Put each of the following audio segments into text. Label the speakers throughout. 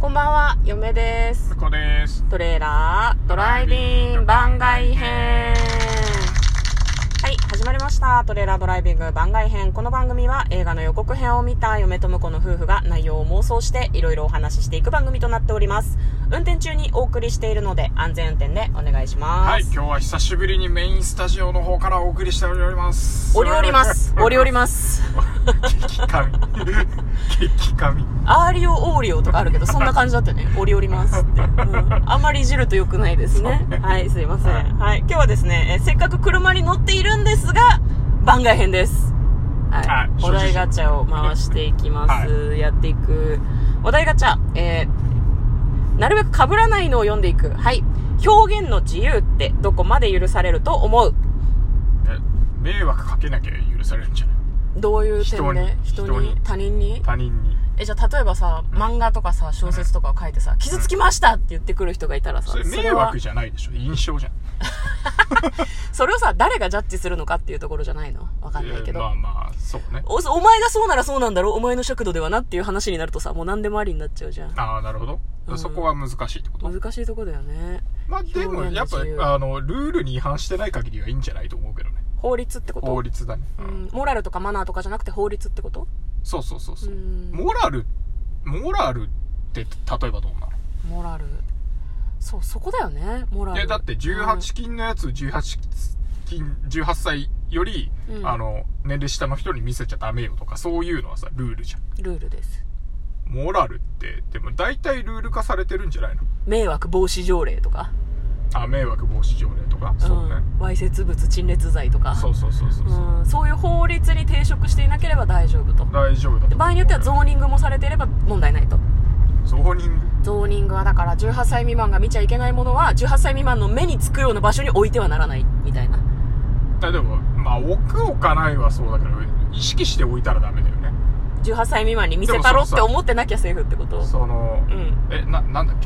Speaker 1: こんばんは、嫁です。
Speaker 2: こです。
Speaker 1: トレーラードライビング番外編。はい、始まりました。トレーラードライビング番外編。この番組は映画の予告編を見た嫁と婿の夫婦が内容を妄想していろいろお話ししていく番組となっております。運転中にお送りしているので安全運転でお願いします。
Speaker 2: はい、今日は久しぶりにメインスタジオの方からお送りしております。
Speaker 1: 折り折り ます。折り折り
Speaker 2: す。
Speaker 1: ます。
Speaker 2: 激 神。激神。
Speaker 1: アーリオオーリオとかあるけど、そんな感じだった よね。折り折りますって。うんあんまりいじると良くないですね。はい、すいません。はい、今日はですね、えせっかく車に乗っているんですが、番外編です。はい。
Speaker 2: はい
Speaker 1: お題ガチャを回していきます。やっていく。お題ガチャ、えーなるべく被らないのを読んでいく。はい。表現の自由ってどこまで許されると思う
Speaker 2: え迷惑かけなきゃ許されるんじゃない
Speaker 1: どういう点で
Speaker 2: 人に人に
Speaker 1: 他人に
Speaker 2: 他人に。
Speaker 1: えじゃあ例えばさ漫画とかさ小説とかを書いてさ「傷つきました!」って言ってくる人がいたらさ
Speaker 2: それ迷
Speaker 1: れは
Speaker 2: 惑じゃないでしょ。印象じゃん。
Speaker 1: それをさ誰がジャッジするのかっていうところじゃないのわかんないけ
Speaker 2: えーま
Speaker 1: ど
Speaker 2: あまあ、そうね。
Speaker 1: おお前がそうならそうなんだろお前の尺度ではなっていう話になるとさもう何でもありになっちゃうじゃん
Speaker 2: ああ、なるほど、
Speaker 1: うん
Speaker 2: そこは難しいってこと
Speaker 1: 難しいとこだよね
Speaker 2: まあでも、
Speaker 1: 表現
Speaker 2: や
Speaker 1: の
Speaker 2: っ
Speaker 1: 自由
Speaker 2: ぱ、あの、ルールに違反してない限りはいいんじゃないと思うけどね。
Speaker 1: 法律ってこと
Speaker 2: 法律だね。う
Speaker 1: うんん、モラルとかマナーとかじゃなくて法律ってこと
Speaker 2: そうそうそうそうう。
Speaker 1: ん
Speaker 2: モラル、モラルって、例えばどうなの
Speaker 1: モラルそうそこだよねモラ
Speaker 2: い
Speaker 1: ル
Speaker 2: やだって18金のやつ18金18歳より、
Speaker 1: うん
Speaker 2: あの年齢下の人に見せちゃダメよとかそういうのはさルールじゃん
Speaker 1: うんルールです
Speaker 2: モラルってでも大体ルール化されてるんじゃないの
Speaker 1: 迷惑防止条例とか
Speaker 2: あ迷惑防止条例とかそうね、
Speaker 1: ん、わいせつ物陳列罪とか
Speaker 2: そうそうそうそうそう、
Speaker 1: うんそういう法律に抵触していなければ大丈夫と
Speaker 2: 大丈夫だと思う
Speaker 1: 場合によってはゾーニングもされていれば問題ないと
Speaker 2: ゾーニング
Speaker 1: ゾーニングはだから18歳未満が見ちゃいけないものは18歳未満の目につくような場所に置いてはならないみたいな
Speaker 2: だでもまあ置く置かないはそうだけど意識して置いたらダメだよね
Speaker 1: 18歳未満に見せたろっ
Speaker 2: でもその
Speaker 1: て
Speaker 2: さ
Speaker 1: 思ってなきゃセーフってこと
Speaker 2: その、
Speaker 1: うん
Speaker 2: えななんだっ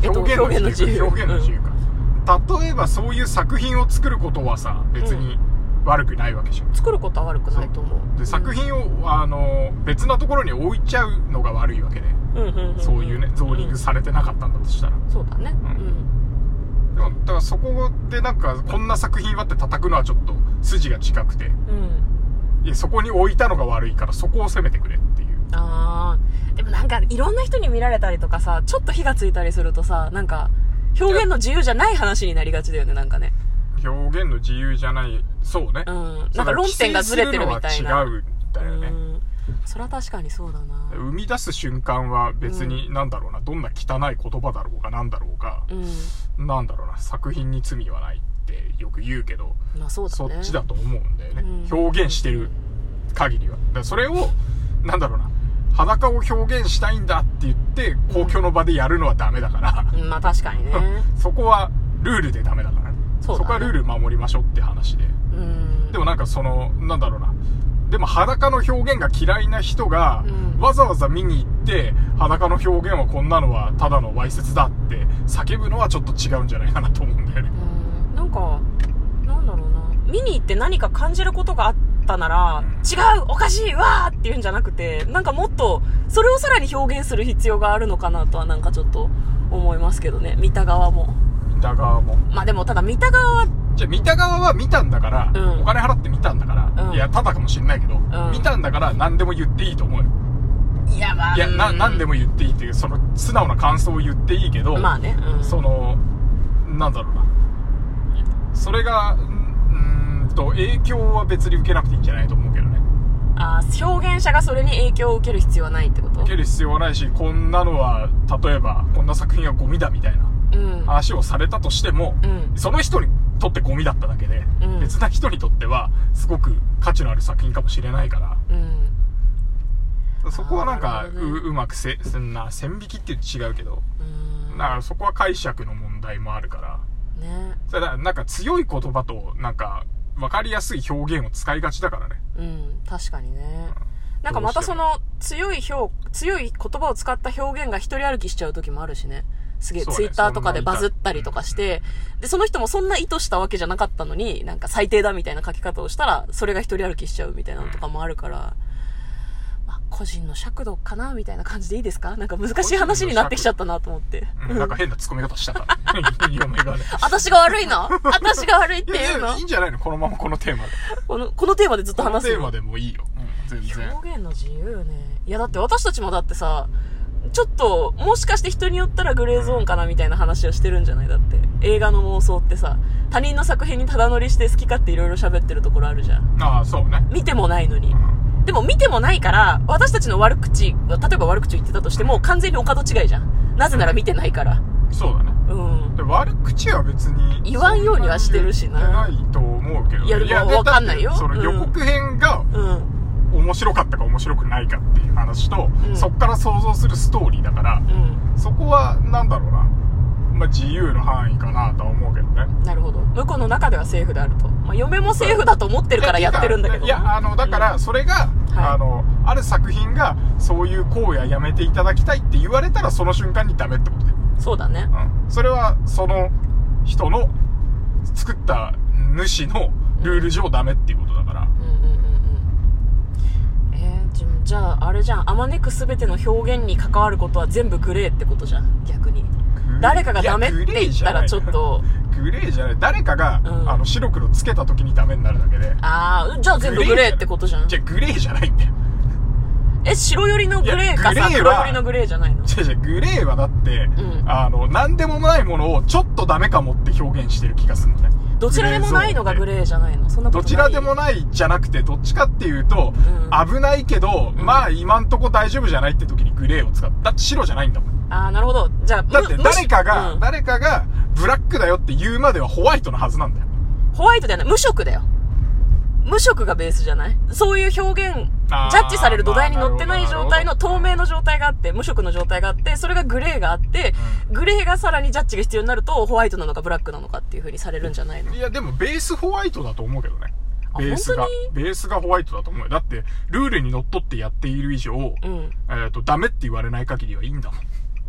Speaker 1: え
Speaker 2: け
Speaker 1: っと
Speaker 2: 表現の自由
Speaker 1: 表現
Speaker 2: 表現
Speaker 1: の
Speaker 2: の
Speaker 1: 自
Speaker 2: 自
Speaker 1: 由
Speaker 2: 由か、例えばそういう作品を作ることはさ別に悪くないわけじゃん、
Speaker 1: 作ることは悪くないと思う
Speaker 2: で作品を、あの別なところに置いちゃうのが悪いわけで、
Speaker 1: うんんんん
Speaker 2: そういうねゾーニングされてなかったんだとしたら、
Speaker 1: うんそうだねう
Speaker 2: うん
Speaker 1: ん
Speaker 2: でもだからそこでなんかこんな作品はって叩くのはちょっと筋が近くて
Speaker 1: うん
Speaker 2: いやそこに置いたのが悪いからそこを責めてくれっていう
Speaker 1: あーでもなんかいろんな人に見られたりとかさちょっと火がついたりするとさなんか表現の自由じゃない話になりがちだよねなんかね
Speaker 2: 表現の自由じゃないそうね、
Speaker 1: うんなんか論点がずれてるみたいな
Speaker 2: だから規制するのは違うんだよね、
Speaker 1: うんそれは確かにそうだな
Speaker 2: 生み出す瞬間は別になんだろうな、どんな汚い言葉だろうがなんだろうが、
Speaker 1: うん
Speaker 2: なんだろうな作品に罪はないってよく言うけど
Speaker 1: まあそうだ
Speaker 2: そ,、
Speaker 1: ね
Speaker 2: っちだと思うんだよね、
Speaker 1: うん
Speaker 2: 表現してる限りはだからそれをなんだろうな裸を表現したいんだって言って公共の場でやるのはダメだから
Speaker 1: う、んまあ確かにね
Speaker 2: そこはルールでダメだから
Speaker 1: そうだね
Speaker 2: そこはルール守りましょうって話で
Speaker 1: うん
Speaker 2: でもなんかそのなんだろうなでも裸の表現が嫌いな人が、
Speaker 1: うん
Speaker 2: わざわざ見に行って裸の表現はこんなのはただのわいせつだって叫ぶのはちょっと違うんじゃないかなと思うんだよね
Speaker 1: うんなんかなんだろうな見に行って何か感じることがあったなら、
Speaker 2: うん
Speaker 1: 違うおかしいわーって言うんじゃなくてなんかもっとそれをさらに表現する必要があるのかなとはなんかちょっと思いますけどね見た側も
Speaker 2: 見た側も
Speaker 1: まあでもただ見た側は
Speaker 2: じゃあ見た側は見たんだから、
Speaker 1: うん
Speaker 2: お金払って見たんだから、
Speaker 1: うん
Speaker 2: いやただかもしんないけど、
Speaker 1: ん
Speaker 2: 見たんだから何でも言っていいと思うよ
Speaker 1: いやまあ
Speaker 2: いやな何で
Speaker 1: も
Speaker 2: も言っていいっていうその素直な感想を言っていいけど、
Speaker 1: まあね、うん、
Speaker 2: そのなんだろうなそれがうーんと影響は別に受けなくていいんじゃないと思うけどね
Speaker 1: あー表現者がそれに影響を受ける必要はないってこと
Speaker 2: 受ける必要はないしこんなのは例えばこんな作品はゴミだみたいな
Speaker 1: うん
Speaker 2: 話をされたとしても、
Speaker 1: うん
Speaker 2: その人にとってゴミだっただけで、
Speaker 1: うん
Speaker 2: 別な人にとってはすごく価値のある作品かもしれないから
Speaker 1: うん
Speaker 2: そこはなん
Speaker 1: あ
Speaker 2: か
Speaker 1: ーなる
Speaker 2: う,、
Speaker 1: ほどね
Speaker 2: うまくせそんな線引きって違うけど
Speaker 1: うん
Speaker 2: だからそこは解釈の問題もあるから
Speaker 1: ね
Speaker 2: それだからなんか強い言葉となんか分かりやすい表現を使いがちだからね
Speaker 1: うん確かにねなんかまたその強い表強い言葉を使った表現が一人歩きしちゃう時もあるしねすげえ
Speaker 2: そうね
Speaker 1: ツイッターとかで
Speaker 2: そん
Speaker 1: バ
Speaker 2: な見た
Speaker 1: ズったりとかしてでその人もそんな意図したわけじゃなかったのになんか最低だみたいな書き方をしたらそれが一人歩きしちゃうみたいなのとかもあるから、まあ個人の尺度かなみたいな感じでいいですかなんか難しい話になってきちゃったなと思って。
Speaker 2: うん、なんか変な突っ込み方したから ね。嫁 がね。
Speaker 1: 私が悪いの私が悪いって
Speaker 2: いや
Speaker 1: いう
Speaker 2: い
Speaker 1: の
Speaker 2: やいいんじゃないのこのままこのテーマで。
Speaker 1: この、このテーマでずっと
Speaker 2: この
Speaker 1: 話す
Speaker 2: テー
Speaker 1: の
Speaker 2: マでもいいよ。うん、全然。
Speaker 1: 表現の自由ねいやだって私たちもだってさちょっともしかして人によったらグレーゾーンかなみたいな話をしてるんじゃないだって映画の妄想ってさ他人の作品にただ乗りして好き勝手いろいろ喋ってるところあるじゃん
Speaker 2: ああ、そうね。
Speaker 1: 見てもないのに
Speaker 2: うん
Speaker 1: でも見てもないから私たちの悪口例えば悪口を言ってたとしても完全にお門違いじゃんなぜなら見てないから
Speaker 2: そうだね。
Speaker 1: うん
Speaker 2: で悪口は別に
Speaker 1: 言わんようにはしてるしな
Speaker 2: そんに言ってないと思うけどね
Speaker 1: いやでも
Speaker 2: だ
Speaker 1: わかんないよ
Speaker 2: だってその予告編が
Speaker 1: うん
Speaker 2: 面白かったか面白くないかっていう話と、
Speaker 1: うん
Speaker 2: そっから想像するストーリーだから
Speaker 1: うん
Speaker 2: そこはなんだろうな、まあ、自由の範囲かなとは思うけどね
Speaker 1: なるほど向こうの中ではセーフであると、まあ、嫁もセーフだと思ってるからやってるんだけど
Speaker 2: いやあのだからそれが、
Speaker 1: はい
Speaker 2: あのある作品がそういう行為はやめていただきたいって言われたらその瞬間にダメってことだよ
Speaker 1: そうだね
Speaker 2: うんそれはその人の作った主のルール上ダメっていうことだから
Speaker 1: うんうんうんうんえーじゃじゃああれじゃんあまねく全ての表現に関わることは全部グレーってことじゃん逆に誰かがダメって言ったらちょっと
Speaker 2: グレーじゃない誰かが、
Speaker 1: うん
Speaker 2: あの白黒つけた時にダメになるだけで
Speaker 1: ああじゃあ全部グレーってことじゃん
Speaker 2: じゃあグレーじゃないんだよ
Speaker 1: え白寄りのグレーか
Speaker 2: いや
Speaker 1: さ
Speaker 2: グレー
Speaker 1: 黒
Speaker 2: は
Speaker 1: 寄りのグレーじゃないの
Speaker 2: じゃあじゃあグレーはだって、
Speaker 1: うん
Speaker 2: あの何でもないものをちょっとダメかもって表現してる気がするのね
Speaker 1: どちらでもないのがグ
Speaker 2: ーゾーンって
Speaker 1: レーじゃないのそんなこと
Speaker 2: ど
Speaker 1: ない
Speaker 2: ちらでもないじゃなくてどっちかっていうと、
Speaker 1: う
Speaker 2: 危ないけど、まあ今んとこ大丈夫じゃないって時にグレーを使っただって白じゃないんだもん
Speaker 1: ああなるほどじゃあ
Speaker 2: だって
Speaker 1: む
Speaker 2: 誰か
Speaker 1: む
Speaker 2: が、
Speaker 1: しうん
Speaker 2: 誰かがブラックだよって言うまではホワイトのはずなんだよ。
Speaker 1: ホワイトじゃない無色だよ無色がベースじゃないそういう表現ジ
Speaker 2: あ
Speaker 1: ャ
Speaker 2: ー
Speaker 1: ッジされる土台に乗ってない状態
Speaker 2: まあなるほど
Speaker 1: の透明の状態があって無色の状態があってそれがグレーがあって、グレーがさらにジャッジが必要になるとホワイトなのかブラックなのかっていう風にされるんじゃないの
Speaker 2: いや、でもベースホワイトだと思うけどね。
Speaker 1: あ
Speaker 2: ベースが
Speaker 1: 本当。
Speaker 2: ベースがホワイトだと思うよ。だって、ルールにのっとってやっている以上、
Speaker 1: うん
Speaker 2: えっ、と、ダメって言われない限りはいいんだもん。っ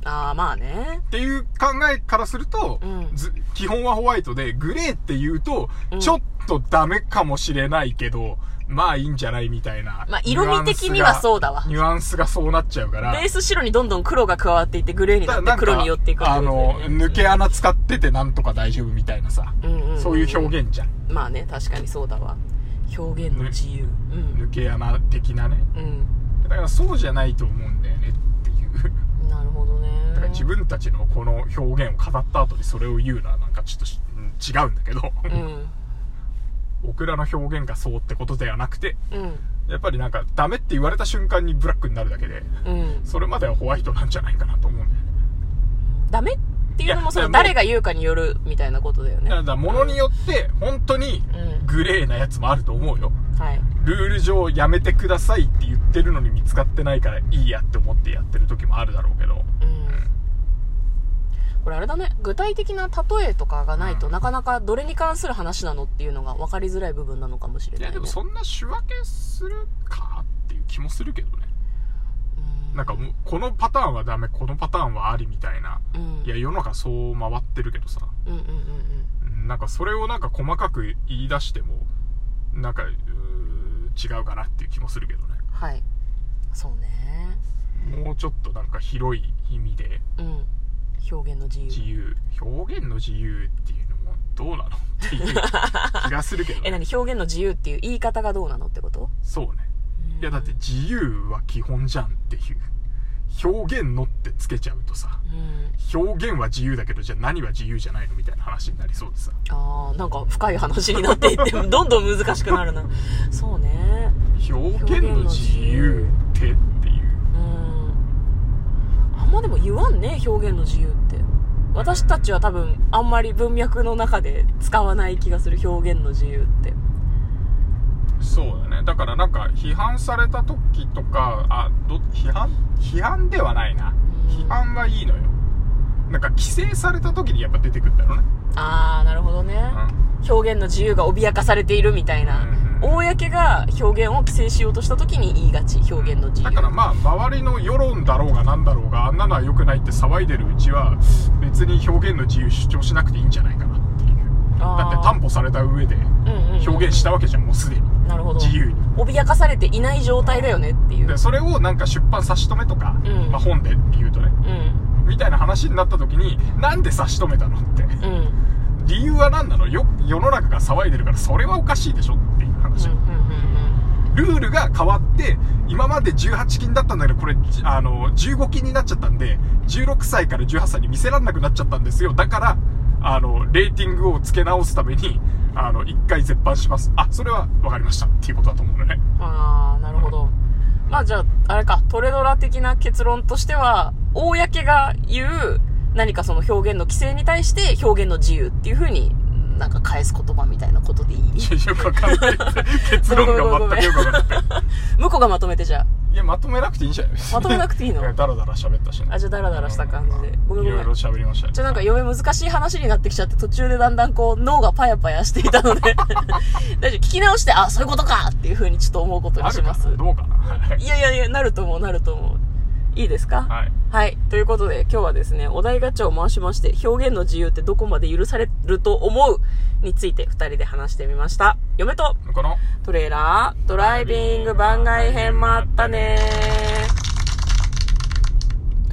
Speaker 1: ああまあね
Speaker 2: ていう考えからすると、
Speaker 1: うん
Speaker 2: ず基本はホワイトで、グレーって言うと、
Speaker 1: うん
Speaker 2: ちょっとダメかもしれないけど、まあいいんじゃないみたいな。
Speaker 1: まあ色味的にはそう
Speaker 2: う
Speaker 1: だわ
Speaker 2: ニュアンスがそうなっちゃうから。
Speaker 1: ベース白にどんどん黒が加わっていってグレーになって黒に寄っていくって
Speaker 2: あの、
Speaker 1: ことだよね
Speaker 2: 抜け穴使っててなんとか大丈夫みたいなさ、
Speaker 1: うんうんん
Speaker 2: そういう表現じゃん。
Speaker 1: まあね確かにそうだわ表現の自由、
Speaker 2: 抜け穴的なね。
Speaker 1: うんうん
Speaker 2: だからそうじゃないと思うんだよねっていう。
Speaker 1: なるほどね
Speaker 2: だから自分たちのこの表現を語った後にそれを言うのはなんかちょっとしうん違うんだけど、
Speaker 1: うん
Speaker 2: 僕らの表現がそうってことではなくて、
Speaker 1: うん
Speaker 2: やっぱりなんかダメって言われた瞬間にブラックになるだけで、
Speaker 1: うん
Speaker 2: それまではホワイトなんじゃないかなと思うんだよね。
Speaker 1: ダメっていうのもそ
Speaker 2: いや
Speaker 1: の
Speaker 2: もう
Speaker 1: 誰が言うかによるみたいなことだよね
Speaker 2: だから物によって本当に
Speaker 1: うん
Speaker 2: グレーなやつもあると思うよ。
Speaker 1: はい
Speaker 2: ルール上やめてくださいって言ってるのに見つかってないからいいやって思ってやってる時もあるだろうけど
Speaker 1: うんこれあれだね具体的な例えとかがないと、
Speaker 2: うん
Speaker 1: なかなかどれに関する話なのっていうのが分かりづらい部分なのかもしれ
Speaker 2: い
Speaker 1: ない、
Speaker 2: や
Speaker 1: ね、
Speaker 2: でもそんな仕分けするかっていう気もするけどね
Speaker 1: うん
Speaker 2: なんかもうこのパターンはダメこのパターンはありみたいな
Speaker 1: うん
Speaker 2: いや世の中そう回ってるけどさ
Speaker 1: うんうんうんうん
Speaker 2: うんなんかそれをなんか細かく言い出してもなんかうー違うかなっていう気もするけど
Speaker 1: はいそうね
Speaker 2: ねもうちょっとなんか広い意味で
Speaker 1: うん表現の自由
Speaker 2: 自由表現の自由っていうのもどうなのっていう気がするけど、
Speaker 1: え
Speaker 2: ね、
Speaker 1: 何表現の自由っていう言い方がどうなのってこと
Speaker 2: そうねいやだって自由は基本じゃんっていう表現のってつけちゃうとさ
Speaker 1: うん
Speaker 2: 表現は自由だけどじゃあ何は自由じゃないのみたいな話になりそうでさ
Speaker 1: あーなんか深い話になっていってどんどん難しくなるなそうね
Speaker 2: 表現の自由ってっていう
Speaker 1: うんあんまでも言わんね表現の自由って私たちは多分あんまり文脈の中で使わない気がする表現の自由って
Speaker 2: そうだねだからなんか批判された時とかあど批判批判ではないな批判はいいのよなんか規制された時にやっぱ出てくるんだろうね、
Speaker 1: ああなるほどね、表現の自由が脅かされているみたいな、
Speaker 2: うん
Speaker 1: 公が表現を規制しようとした時に言いがち表現の自由
Speaker 2: だからまあ周りの世論だろうが何だろうがあんなのは良くないって騒いでるうちは別に表現の自由主張しなくていいんじゃないかなっていうだって担保された上で
Speaker 1: 保
Speaker 2: 表現したわけじゃんもうすでに
Speaker 1: なるほど
Speaker 2: 自由に
Speaker 1: 脅かされていない状態だよねっていう
Speaker 2: でそれをなんか出版差し止めとか、
Speaker 1: うん
Speaker 2: まあ、本で言うとね
Speaker 1: うん
Speaker 2: みたいな話になった時になんで差し止めたのって
Speaker 1: うんうん
Speaker 2: 理由は何なのよ世の中が騒いでるからそれはおかしいでしょっていう話、ルールが変わって今まで18禁だったんだけどこれあの15禁になっちゃったんで16歳から18歳に見せられなくなっちゃったんですよだからあのレーティングを付け直すためにあの1回絶版しますあそれは分かりましたっていうことだと思うの ね
Speaker 1: ああなるほどまあじゃああれかトレドラ的な結論としては公が言う何かその表現の規制に対して表現の自由っていうふうになんか返す言葉みたいなことでいい
Speaker 2: いやよくわかんない結論が全くよくわかん ない
Speaker 1: 向こうがまとめてじゃあ
Speaker 2: いやまとめなくていいんじゃないです
Speaker 1: まとめなくていいの
Speaker 2: やだらだら喋ったしね
Speaker 1: あじゃあダラダラした感じでごめんごめん
Speaker 2: いろいろ喋りましたね
Speaker 1: ちょ、なんか嫁難しい話になってきちゃって、途中でだんだんこう、脳がパヤパヤしていたので、 大丈夫、聞き直して、あ、そういうことかっていうふうにちょっと思うこと
Speaker 2: あ
Speaker 1: にし
Speaker 2: るか
Speaker 1: ま
Speaker 2: な
Speaker 1: す。
Speaker 2: どうかなはい
Speaker 1: いやいやいや、なると思う、なると思う。いいですか。
Speaker 2: はいい
Speaker 1: ということで、今日はですね、お題ガチャを回しまして、表現の自由ってどこまで許されると思うについて二人で話してみました。嫁と
Speaker 2: この
Speaker 1: トレーラー、ドライビング番外編もあったねー。